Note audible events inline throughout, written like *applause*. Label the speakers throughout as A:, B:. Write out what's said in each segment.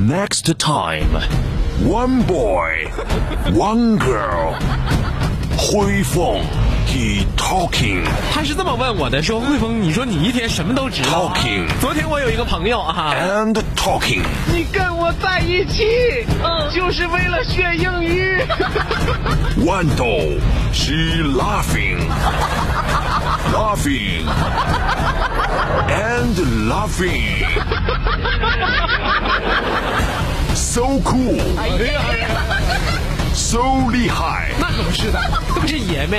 A: Next time, one boy, one girl. 灰凤，he talking
B: 他是这么问我的，说汇丰，你说你一天什么都知道啊、
A: Talking
B: 昨天我有一个朋友啊，
A: and talking。
C: 你跟我在一起，
D: 嗯
C: 就是为了学英语。
D: *laughs*
A: Wando, she laughing, laughing, and laughing. So cool, so 厉害。
B: 那可不是的，这不是爷们。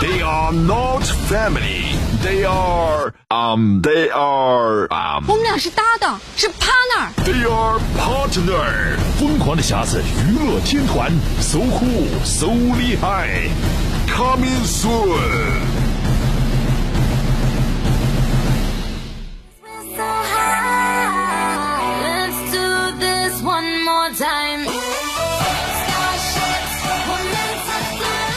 A: They are not family. They are um. They are um.
E: 我们俩是搭档，是 partner。
A: They are partner. 疯狂的匣子娱乐天团，so cool, so 厉害，coming soon.
F: Let's do this one more time. Starships will meant to fly.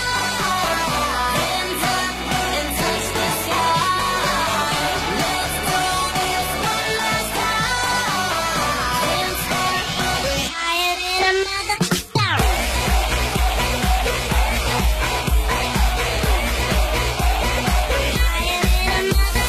F: Hands up and touch the sky. Let's do this one last time. And stay higher than a mother. Higher than a mother.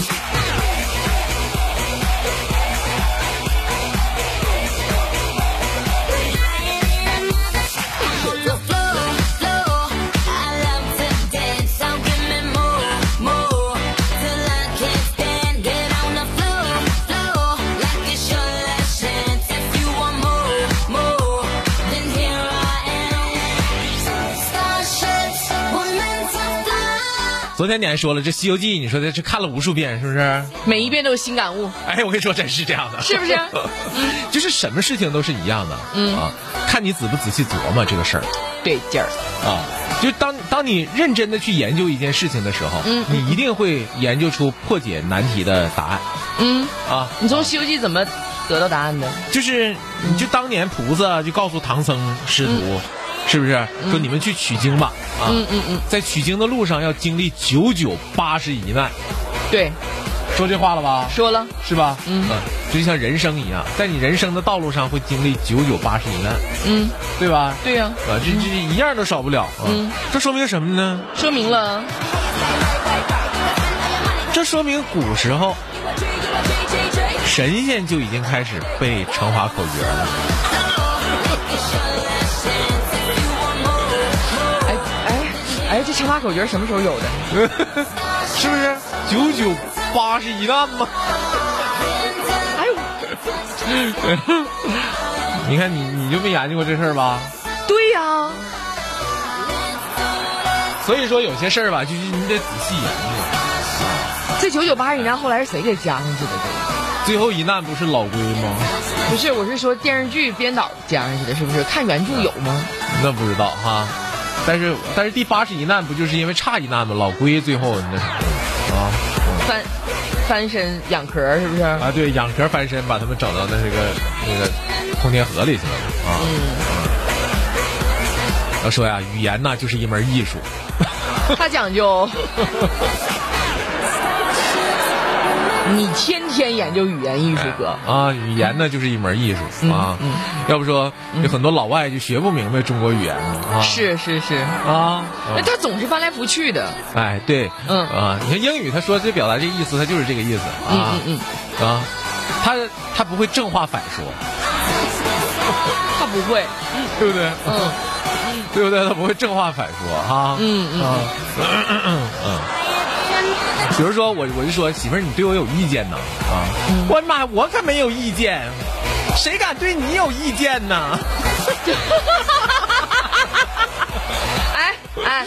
F: On the floor, floor. I love to dance, so give me more, more. Till I can't stand, get on the floor, floor. Like it's your last chance. If you want more, more, then here I am. Starships were meant to fly.
B: 昨天你还说了，这《西游记》，你说的这看了无数遍，是不是？
D: 每一遍都有新感悟，
B: 哎，我跟你说，真是这样的，
D: 是
B: *laughs*
D: 不嗯是？
B: 就是什么事情都是一样的，嗯啊，看你仔不仔细琢磨这个事儿
D: 对劲儿。
B: 啊。就当当你认真的去研究一件事情的时候，嗯，你一定会研究出破解难题的答案
D: 嗯，
B: 啊。
D: 你从《西游记》怎么得到答案的？
B: 就是你就当年菩萨就告诉唐僧师徒，是不是说你们去取经吧？啊，嗯嗯嗯，在取经的路上要经历九九八十一难，
D: 对，
B: 说这话了吧？
D: 说了，
B: 是吧？嗯，就像人生一样，在你人生的道路上会经历九九八十一难，
D: 嗯，
B: 对吧？
D: 对呀、
B: 啊，这这一样都少不了。嗯，这说明什么呢？
D: 说明了啊
B: 这说明古时候神仙就已经开始背乘法口诀了。
D: 哎哎哎，这乘法口诀什么时候有的？
B: 是不是九九八十一难吗？哎 *laughs* 呦，你看你你就没研究过这事儿吧？
D: 对呀、
B: 所以说有些事儿吧，就是你得仔细研究。
D: 这九九八十一难后来是谁给加上去的？这
B: 最后一难不是老龟吗？
D: 个不是，我是说电视剧编导加上去的，是不是？看原著有吗？
B: 那不知道哈。但是但是第八十一难不就是因为差一难吗？老龟最后那啥啊
D: 翻翻身养壳儿是不是？ *laughs*
B: 啊对，仰壳翻身把他们整到那是个那个通天河里去了啊。要说呀，语言呐就是一门艺术。
D: 他讲究。 *laughs* 你天天研究语言艺术哥，
B: 啊，语言呢就是一门艺术
D: 嗯
B: 啊，要不说有很多老外就学不明白中国语言嘛啊，
D: 是是是，
B: 啊，
D: 那他总是翻来覆去的，
B: 哎对，
D: 嗯
B: 啊，你看英语他说这表达这意思，他就是这个意思啊，
D: 嗯嗯
B: 嗯，啊，他他不会正话反说，
D: 他不会，
B: 对不对？
D: 嗯，
B: *laughs* 对不对？他不会正话反说啊，
D: 嗯嗯
B: 啊，嗯，比如说我我就说媳妇儿你对我有意见呢啊，
D: 嗯
B: 我的妈我可没有意见，谁敢对你有意见呢？
D: 哎哎，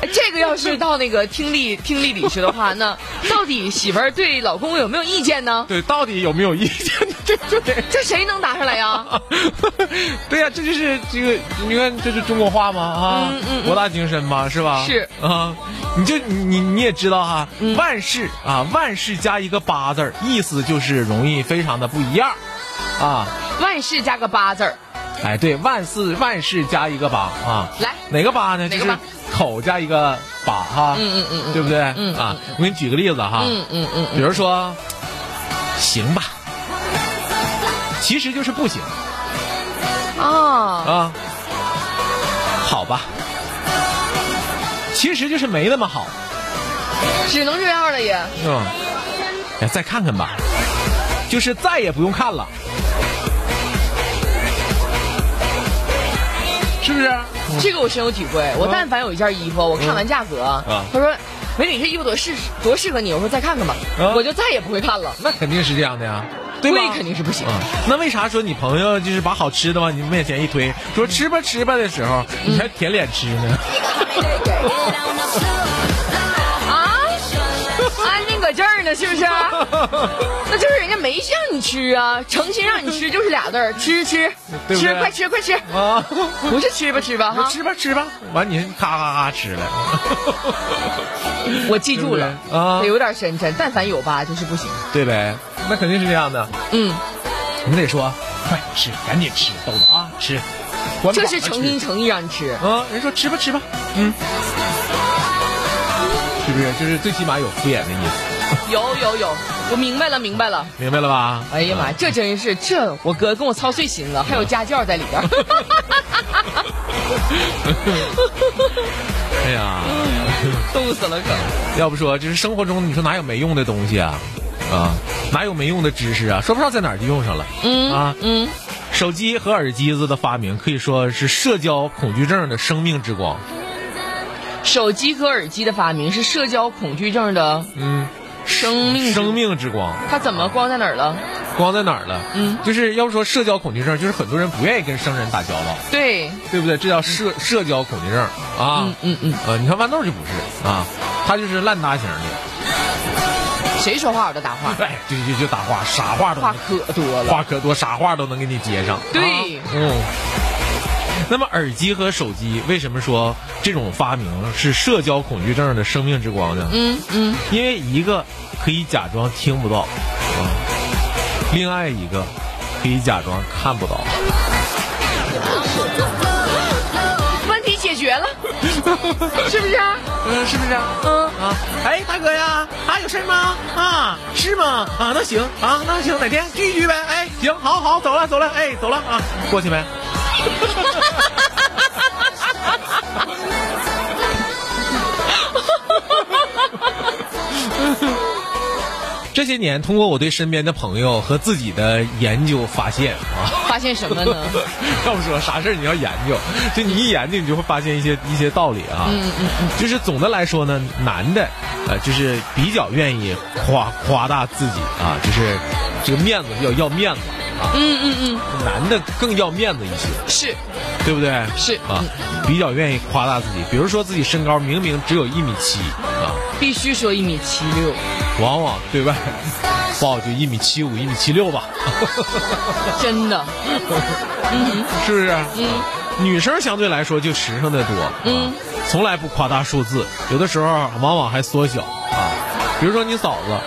D: *laughs* 这个要是到那个听力听力里去的话，那到底媳妇儿对老公有没有意见呢？
B: 对，到底有没有意见？这就得。
D: 这谁能答上来
B: *laughs*
D: 呀？
B: 对呀、这就是这个，你看这是中国话吗？啊，
D: 嗯嗯嗯
B: 博大精深嘛，是吧？
D: 是嗯
B: 啊，你就你你你也知道哈、万事啊，万事加一个八字儿，意思就是容易非常的不一样啊。
D: 万事加个八字儿，
B: 哎，对，万事万事加一个八啊，
D: 来
B: 哪个八呢？
D: 哪
B: 就
D: 个
B: 是
D: 八
B: 口加一个八哈，
D: 嗯嗯嗯嗯
B: 对不对？
D: 嗯
B: 啊，我给你举个例子哈，
D: 嗯嗯嗯，
B: 比如说，行吧，其实就是不行
D: 啊，
B: 啊。好吧，其实就是没那么好，
D: 只能这样了也。
B: 嗯。哎，再看看吧，就是再也不用看了，是不是？
D: 这个我深有体会。我但凡有一件衣服，我看完价格
B: 嗯啊，
D: 他说：“美女，这衣服多适多适合你。”我说：“再看看吧。
B: 啊”
D: 我就再也不会
B: *laughs*
D: 看了。
B: 那肯定是这样的呀，对吧？
D: 贵肯定是不行。
B: 啊、那为啥说你朋友就是把好吃的往你面前一推，说吃吧吃吧的时候，你还舔脸吃呢？ *laughs*
D: 啊，安定搁这儿呢，是不是？ *laughs* 那就是人家没让你吃啊，诚心让你吃就是俩字儿，吃吃
B: *laughs* 对不对
D: 吃，快吃快
B: *laughs*
D: 吃，
B: 啊，
D: 不是吃吧吃吧
B: 说
D: 哈，
B: 吃吧吃吧，完你咔咔咔吃
D: *laughs*
B: 了，
D: 我记住了
B: 对不对啊
D: 有点深沉，但凡有吧就是不行，
B: 对呗？那肯定是这样的。
D: 嗯，
B: 我们得说，快吃，赶紧吃，豆子啊，吃，管饱
D: 这
B: 了
D: 是诚心
B: 吃
D: 诚意让你吃，
B: 啊。人说吃吧吃吧，嗯，是不是？就是最起码有敷衍的意思，
D: 有有有，我明白了明白了。
B: 明白了吧？
D: 哎呀妈，呀，这真是这我哥跟我操碎心了，还有家教在里
B: *laughs*
D: 边儿。 *laughs*
B: 哎呀。
D: 冻死了可。
B: 要不说，就是生活中你说哪有没用的东西啊？啊，哪有没用的知识啊？说不上在哪儿就用上了。嗯啊，
D: 嗯，
B: 手机和耳机子的发明可以说是社交恐惧症的生命之光。
D: 手机和耳机的发明是社交恐惧症的
B: 嗯，
D: 生命之
B: 生命之光，
D: 它怎么光在哪儿了？
B: 光在哪儿了？
D: 嗯，
B: 就是要不说社交恐惧症，就是很多人不愿意跟生人打交道，
D: 对，
B: 对不对？这叫社社交恐惧症啊。
D: 嗯嗯嗯，
B: 呃，你看豌豆就不是啊，他就是烂搭型的，
D: 谁说话我就搭话，
B: 哎，就就就打话，啥话都能
D: 话可多了。
B: 话可多，啥话都能给你接上。
D: 对
B: 啊嗯。那么，耳机和手机为什么说这种发明是社交恐惧症的生命之光呢？
D: 嗯嗯，
B: 因为一个可以假装听不到，啊，另外一个可以假装看不到。
D: 问题解决 *laughs* 了，是不是啊？
B: 嗯，是不是啊？
D: 嗯，
B: 啊，哎，大哥呀，啊，有事吗？啊，是吗？啊，那行啊，那行，哪天聚一聚呗？哎，行，好好，走了，走了，哎，走了啊，过去呗。这些年，通过我对身边的朋友和自己的研究发现啊，
D: 发现什么呢？
B: *laughs* 要不说啥事儿你要研究，就你一研究，你就会发现一些一些道理啊。嗯嗯嗯。就是总的来说呢，男的，呃，就是比较愿意夸夸大自己啊，就是这个面子比较要面子啊。嗯嗯嗯。男的更要面子一些，
D: 是
B: 对不对？
D: 是
B: 啊，比较愿意夸大自己，比如说自己身高明明只有一米七啊，
D: 必须说一米七六，
B: 往往对外 *laughs* 报就一米七五、一米七六吧， *laughs*
D: 真的。
B: 是不是？嗯。女生相对来说就实诚的多，嗯、从来不夸大数字，有的时候往往还缩小啊。比如说你嫂子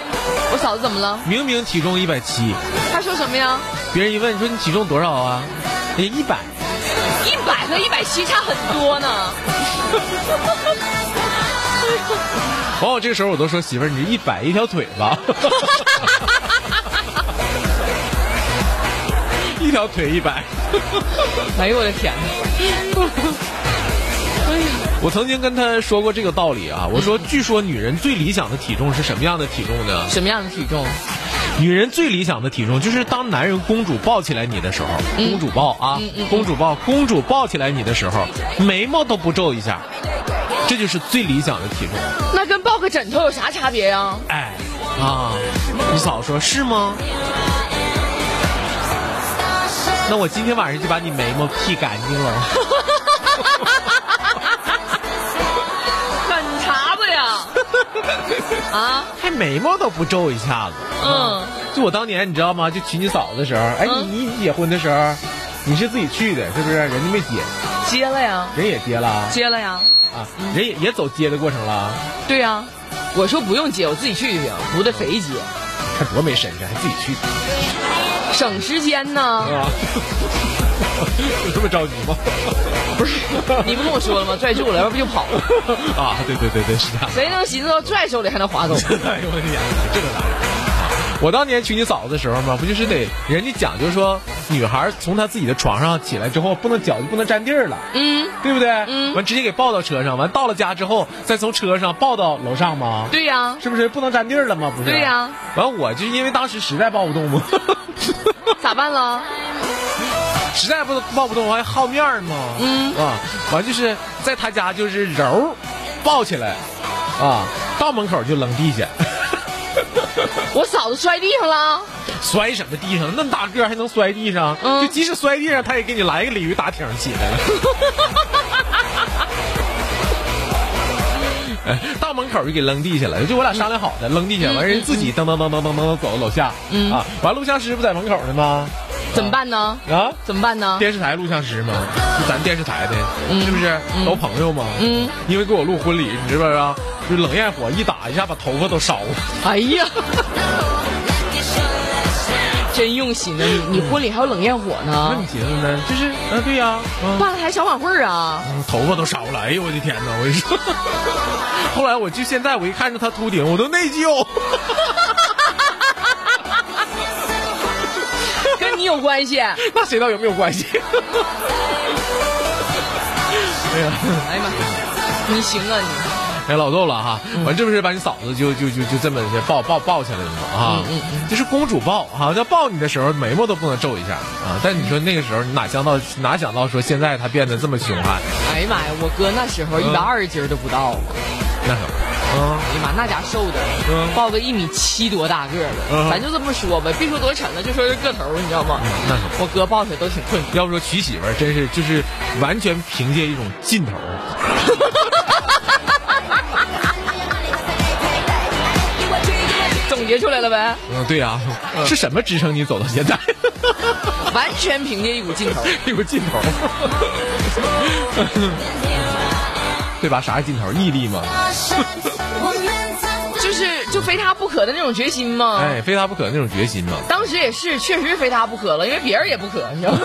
D: 我嫂子怎么了？
B: 明明体重一百七，
D: 她说什么呀？
B: 别人一问你说你体重多少啊？哎，一百。
D: 一百和一百七差很多呢。
B: 往哦往这个时候我都说媳妇儿，你这一百一条腿吧， *laughs* 一条腿一百。
D: 哎呦我的天哪！
B: 我曾经跟她说过这个道理啊，我说据说女人最理想的体重是什么样的体重呢？
D: 什么样的体重？
B: 女人最理想的体重就是当男人公主抱起来你的时候，公主抱啊，公主抱，公主抱起来你的时候，眉毛都不皱一下，这就是最理想的体重。
D: 那跟抱个枕头有啥差别呀、
B: 哎，啊，你嫂说是吗？那我今天晚上就把你眉毛剃干净了。
D: 很茶不呀？ *laughs* 啊，
B: 还眉毛都不皱一下子。
D: 嗯，
B: 就我当年你知道吗？就娶你嫂子的时候，哎，
D: 嗯
B: 你你结婚的时候，你是自己去的，是不是？人家没结，
D: 接了呀，
B: 人也结了啊，
D: 接了呀，
B: 啊人也也走接的过程了啊，
D: 对呀、我说不用接，我自己去就行，不得谁接，
B: 看多没身份，还自己去， *laughs* 是
D: 省时间呢。
B: 吧？ *laughs* 有这么着急吗？ *laughs*
D: 不是，你不跟我说了吗？拽住了，要不就跑了。
B: *laughs* 啊，对对对对，是这样。
D: 谁能寻思到拽手里还能划走？
B: *laughs* 哎呦我的天，这个当然。我当年娶你嫂子的时候嘛，不就是得人家讲究说，女孩从她自己的床上起来之后，不能脚就不能沾地儿了，
D: 嗯，
B: 对不对？嗯，完直接给抱到车上，完到了家之后，再从车上抱到楼上吗？
D: 对呀、
B: 是不是不能沾地儿了吗？不是？
D: 对呀
B: 完我就是因为当时实在抱不动嘛，
D: 咋办
B: *laughs*
D: 了？
B: 实在不抱不动，我还好面儿嘛。嗯啊，完就是在他家就是揉儿抱起来，啊，到门口就扔地下， *laughs*
D: 我嫂子摔地上了，
B: 摔什么地上？那么大个儿还能摔地上？
D: 嗯
B: 就即使摔地上，他也给你来个鲤鱼打挺起来了。哎 *laughs* 到门口就给扔地下了，就我俩商量好的，扔地下，完人自己噔噔噔噔噔噔噔走到楼下，
D: 嗯
B: 啊，完录像师不在门口呢吗？
D: 怎么办呢？
B: 啊，
D: 怎么办呢？
B: 电视台录像师嘛，就咱电视台的，是不是？都朋友嘛。
D: 嗯，
B: 因为给我录婚礼，你知不知道？就冷焰火一打一下，把头发都烧了。
D: 哎呀， *laughs* 真用心呢！你你婚礼还有冷焰火
B: 那
D: 呢
B: 你，寻思呢？就是，嗯，对呀，嗯，
D: 办了还小晚会儿
B: *laughs*
D: 啊？
B: 头发都烧了。哎呦，我的天哪！我跟你说， *laughs* 后来我就现在我一看着他秃顶，我都内疚。 *laughs*
D: 跟你有关系？哎
B: 那谁知道有没有关系？ *laughs* 哎呀。
D: 呀妈，你行啊你！
B: 哎，老豆了哈，完这不是把你嫂子就就就就这么就抱抱抱起来了吗？啊，就是公主抱哈，要抱你的时候眉毛都不能皱一下啊。但你说那个时候，你哪想到哪想到说现在她变得这么凶悍？
D: 哎呀妈呀，我哥那时候
B: 嗯
D: 一百二十斤儿都不到，
B: 那可不，啊，
D: 哎呀妈，那家瘦的
B: 嗯，
D: 抱个一米七多大个儿
B: 嗯嗯
D: 的，咱就这么说吧，别说多沉了，就说这个头儿，你知道吗？
B: 那可
D: 我哥抱起来都挺困难。
B: 不，要不说娶媳妇儿真是就是完全凭借一种劲头。
D: 总结出来了呗，
B: 嗯，对呀、是什么支撑你走到现在？ *laughs*
D: 完全凭借一股劲头。
B: 有个劲头， *laughs* 对吧？啥是劲头？毅力嘛。
D: 就是就非他不可的那种决心嘛。
B: 哎，非他不可那种决心嘛。
D: 当时也是，确实是非他不可了，因为别人也不可， *laughs* 你知道吗？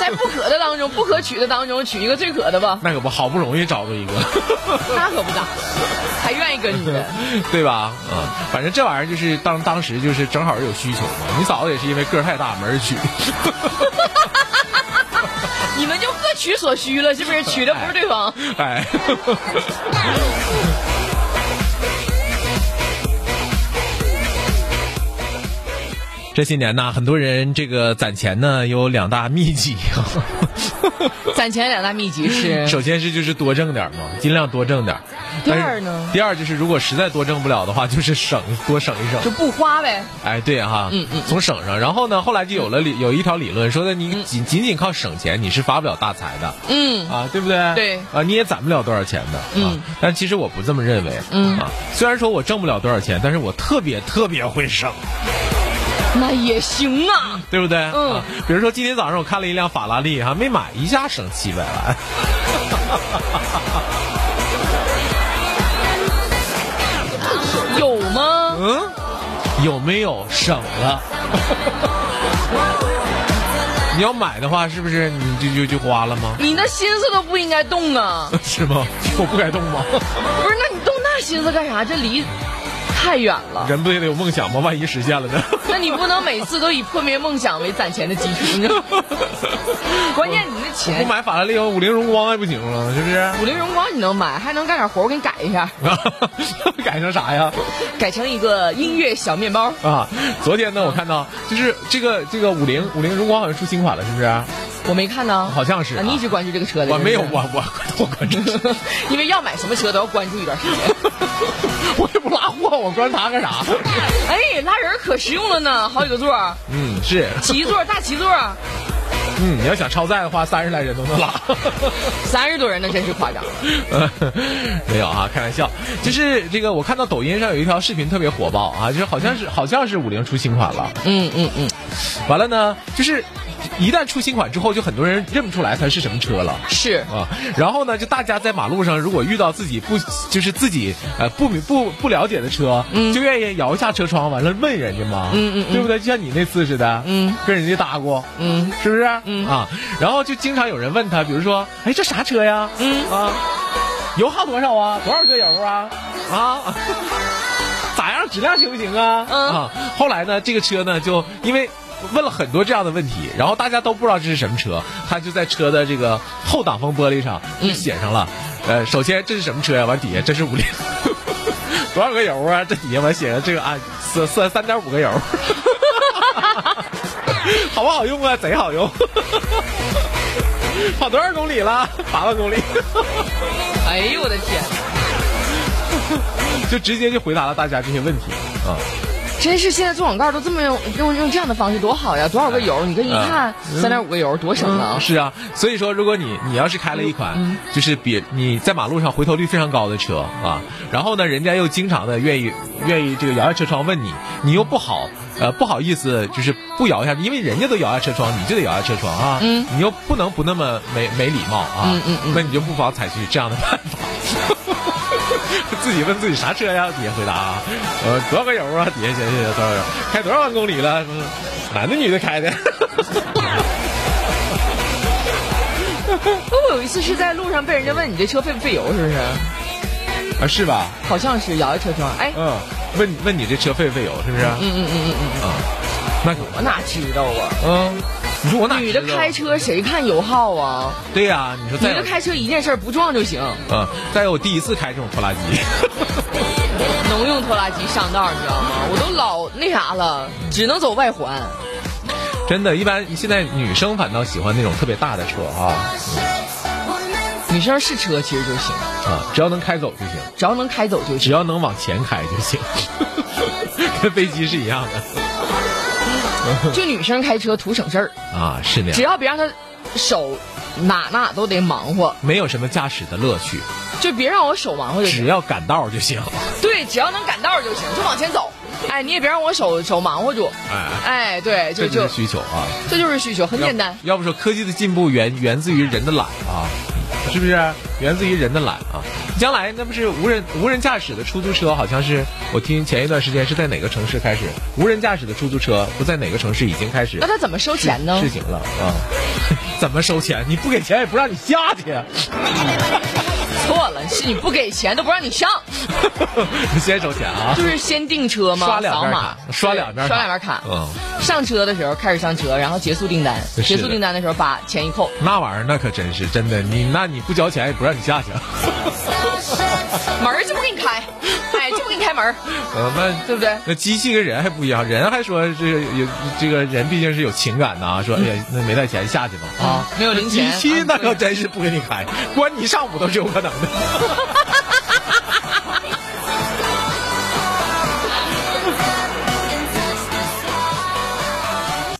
D: 在不可的当中，不可取的当中，取一个最可的
B: *laughs*
D: 吧，
B: 那可不，好不容易找到一个。
D: 那可不咋，还愿意跟你
B: *laughs*
D: 的。
B: 对吧？嗯，反正这玩意儿就是当当时就是正好有需求嘛。你嫂子也是因为个儿太大没人娶，
D: 你们就各取所需了，是不是？取的不是对方。
B: 哎，这些年呐，很多人这个攒钱呢有两大秘籍，
D: 攒钱两大秘籍是，
B: 哎 *laughs* 首先是就是多挣点儿嘛，尽量多挣点儿。
D: 第二
B: 但是
D: 呢
B: 第二就是如果实在多挣不了的话，就是省多省一省。
D: 就不花呗。
B: 哎，对哈，
D: 嗯嗯
B: 从省上，然后呢，后来就有了理，有一条理论说的，你仅仅仅靠省钱，你是发不了大财的，
D: 嗯，
B: 啊，对不对？
D: 对
B: 啊，你也攒不了多少钱的，啊
D: 嗯，
B: 但其实我不这么认为，
D: 嗯
B: 啊，虽然说我挣不了多少钱，但是我特别特别会省，
D: 那也行啊。
B: 对不对？
D: 嗯
B: 啊，比如说今天早上我看了一辆法拉利，哈、没买，一下省七百万。 *laughs*
D: 有吗？
B: 嗯，有没有省了？ *laughs* 你要买的话，是不是你就就就花了吗？ *laughs*
D: 你那心思都不应该动啊！
B: 是吗？ *laughs* 我不该动吗？
D: 不是，那你动那心思干啥？这离太远了。
B: *laughs* 人不也得有梦想吗？万一实现了呢？
D: 那你不能每次都以破灭梦想为攒钱的基础，你知道吗？
B: *laughs*
D: 关键你那
B: 不
D: 钱，
B: 买法拉利和五菱荣光还不行吗？是不 *laughs*
D: 五菱荣光你能买，还能干点活？我给你改一下，
B: 是？改成啥呀？
D: 改成一个音乐小面包。
B: 啊！昨天呢，我看到就是这个这个五菱五菱荣光好像出新款了，是不是？
D: 我没看呢，
B: 好像是
D: 啊你一直关注这个车的，
B: 我没有，
D: 是不
B: 我我我关注，
D: 是 *laughs* 因为要买什么车都要关注一段时间。 *laughs*
B: *laughs* 我也不拉货，我关注它干啥？ *laughs*
D: 哎，拉人可实用了呢，好几个座儿，
B: 嗯，是，
D: 七座、大七座，
B: 嗯，你要想超载的话，三十来人都能拉。
D: 三十多人那真是夸张。
B: 呃， *laughs* 没有啊，开玩笑，就是这个，我看到抖音上有一条视频特别火爆啊，就是好像是好像是五菱出新款了，
D: 嗯嗯嗯，
B: 完了呢，就是一旦出新款之后，就很多人认不出来它是什么车了。
D: 是。
B: 啊，然后呢，就大家在马路上如果遇到自己不就是自己呃不明不不了解的车，就愿意摇一下车窗，完了问人家嘛，
D: 嗯嗯嗯嗯
B: 对不对？就像你那次似的，
D: 嗯，
B: 跟人家搭过，
D: 嗯，
B: 是不是？嗯啊，然后就经常有人问他，比如说，哎，这啥车呀？嗯啊，油耗多少啊？多少个油啊？啊，咋样上质量行不行啊？
D: 嗯
B: 啊，后来呢，这个车呢，就因为问了很多这样的问题，然后大家都不知道这是什么车，他就在车的这个后挡风玻璃上就写上了，呃，首先这是什么车呀、完底下这是五菱。 *laughs* 多少个油啊？这底下完写着这个啊，三三三点五个油， *laughs* 好不好用啊？贼好用， *laughs* 跑多少公里了？八万公里。 *laughs*
D: 哎呦我的天，
B: 就直接就回答了大家这些问题啊。
D: 真是现在做广告都这么用用用这样的方式，多好呀！多少个油？你这一
B: 嗯
D: 看三点五个油，多省啊！
B: 是啊，所以说如果你你要是开了一款就是比你在马路上回头率非常高的车啊，然后呢，人家又经常的愿意愿意这个摇下车窗问你，你又不好呃不好意思就是不摇下，因为人家都摇下车窗，你就得摇下车窗啊，嗯，你又不能不那么没没礼貌啊，嗯嗯那你就不妨采取这样的办法。 *laughs* 自己问自己啥车呀？底下回答啊，呃，多少个油啊？底下写写多少油，开多少万公里了？男的女的开的？ *laughs* 啊嗯
D: *laughs* 我有一次是在路上被人家问你这车费不费油，是不是？
B: 啊，是吧？
D: 好像是摇一车窗，哎，
B: 嗯，问问你这车费不费油是不是？嗯嗯嗯嗯嗯啊，那可
D: 我哪知道啊？
B: 嗯，你说我哪
D: 女
B: 知
D: 的
B: 道啊
D: 开车谁看油耗啊？
B: 对呀、你说
D: 女
B: 再有
D: 的开车一件事儿不撞就行，
B: 嗯，再有我第一次开这种拖拉机， *laughs*
D: 能用拖拉机上道，你知道吗？我都老那啥了，只能走外环。
B: 真的，一般现在女生反倒喜欢那种特别大的车啊
D: 女生是车其实就行，
B: 啊，只要能开走就行，
D: 只要能开走就行。 *laughs*
B: 只要能往前开就行， *laughs* 跟飞机是一样的
D: 就女生开车图省事儿，
B: 啊，是那
D: 只
B: 样，
D: 要别让她手哪哪都得忙活，
B: 没有什么驾驶的乐趣，
D: 就别让我手忙活就行。
B: 只要赶道就行。
D: 对，只要能赶道就行，就往前走。哎，你也别让我手手忙活住。
B: 哎
D: 哎，对，就
B: 这就
D: 就是
B: 需求啊，
D: 这就是需求，很简单。
B: 要不说科技的进步源源自于人的懒啊，是不是？源自于人的懒啊。将来那不是无人无人驾驶的出租车，好像是我听前一段时间是在哪个城市开始无人驾驶的出租车，不在哪个城市已经开始
D: 那他怎么收钱呢
B: 事？情了啊？ *laughs* 怎么收钱？你不给钱也不让你下去，啊
D: 错了，是你不给钱都不让你上，
B: *laughs* 你先收钱啊
D: 就！是先订车嘛，
B: 刷两
D: 扫
B: 边
D: 码
B: 卡，，刷两边
D: 对刷两边卡。
B: 嗯，
D: 上车的时候开始上车，然后结束订单，
B: 是的
D: 结束订单的时候把钱一扣，
B: 那玩意儿那可真是真的，你那你不交钱也不让你下去，啊
D: 门儿就不给你开，哎，就不给你开门儿，
B: 嗯，那
D: 对不对？
B: 那机器跟人还不一样，人还说这个有这个人毕竟是有情感的啊，说哎呀那没带钱下去吧啊，
D: 没有零钱
B: 机器
D: 嗯
B: 那
D: 对
B: 可真是不给你开，关你上午都是有可能的。